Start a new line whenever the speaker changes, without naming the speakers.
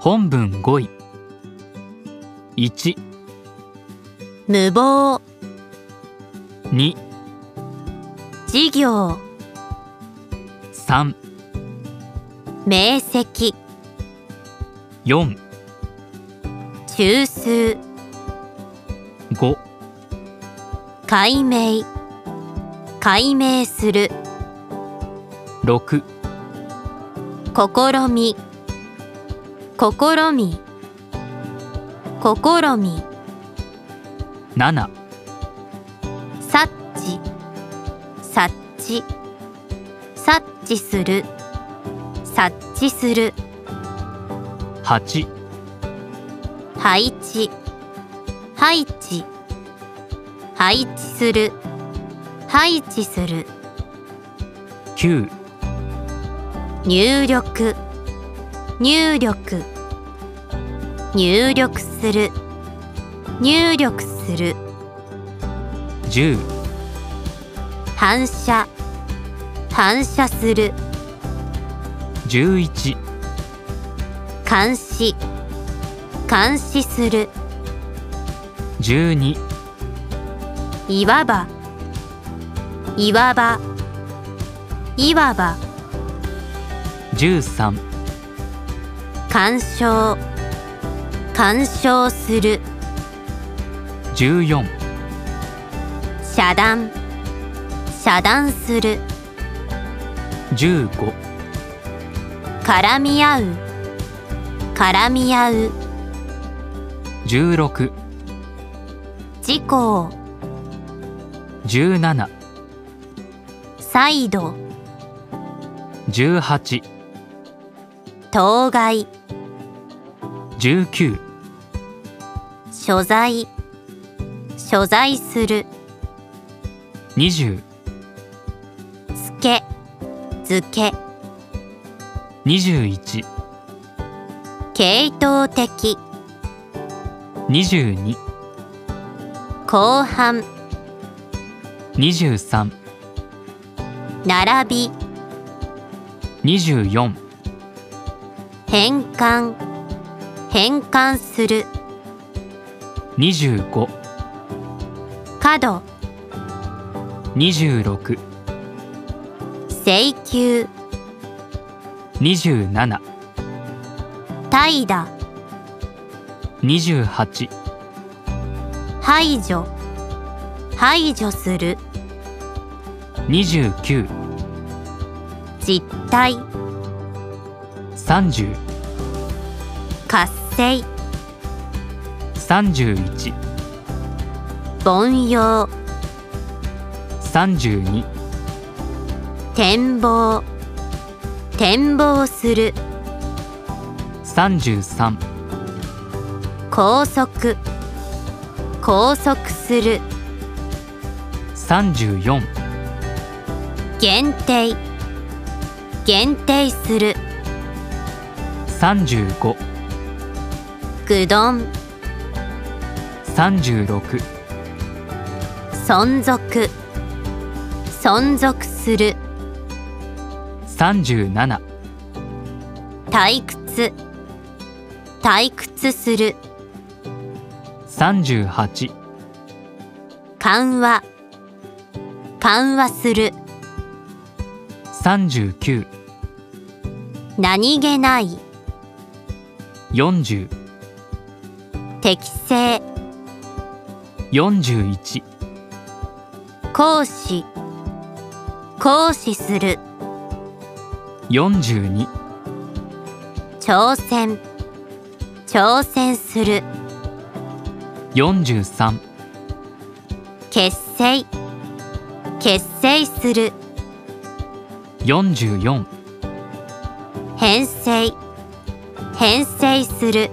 本文5位1、
無謀
2、
事業
3、
明晰
4、
中枢
5、
解明解明する
6、
試み試み試み
7、
察知察知察知する察知する
8、
配置配置配置する配置する
9、
入力入力入力する入力する
10、
反射反射する
11、
監視監視する
12、
いわばいわばいわば
13、
干渉干渉する
14、
遮断遮断する
15、
絡み合う絡み合う
16、
事項
17、
再度
18、
当該
19、
所在所在する
20、
つけつけ
21、
系統的
22、
後半
23、
並び
24、
変換変換する
25、
角
26、
請求
27、
怠惰
28、
排除排除する
29、
実体
30、
活性
31、
凡庸
32、
展望展望する
33、
拘束拘束する
34、
限定限定する
35、
愚鈍
36、
存続存続する
37、
退屈退屈する
38、
緩和緩和する
39、
何気ない
40、
適正
41、
行使行使する
42、
挑戦挑戦する
43、
結成結成する
44、
編成編成する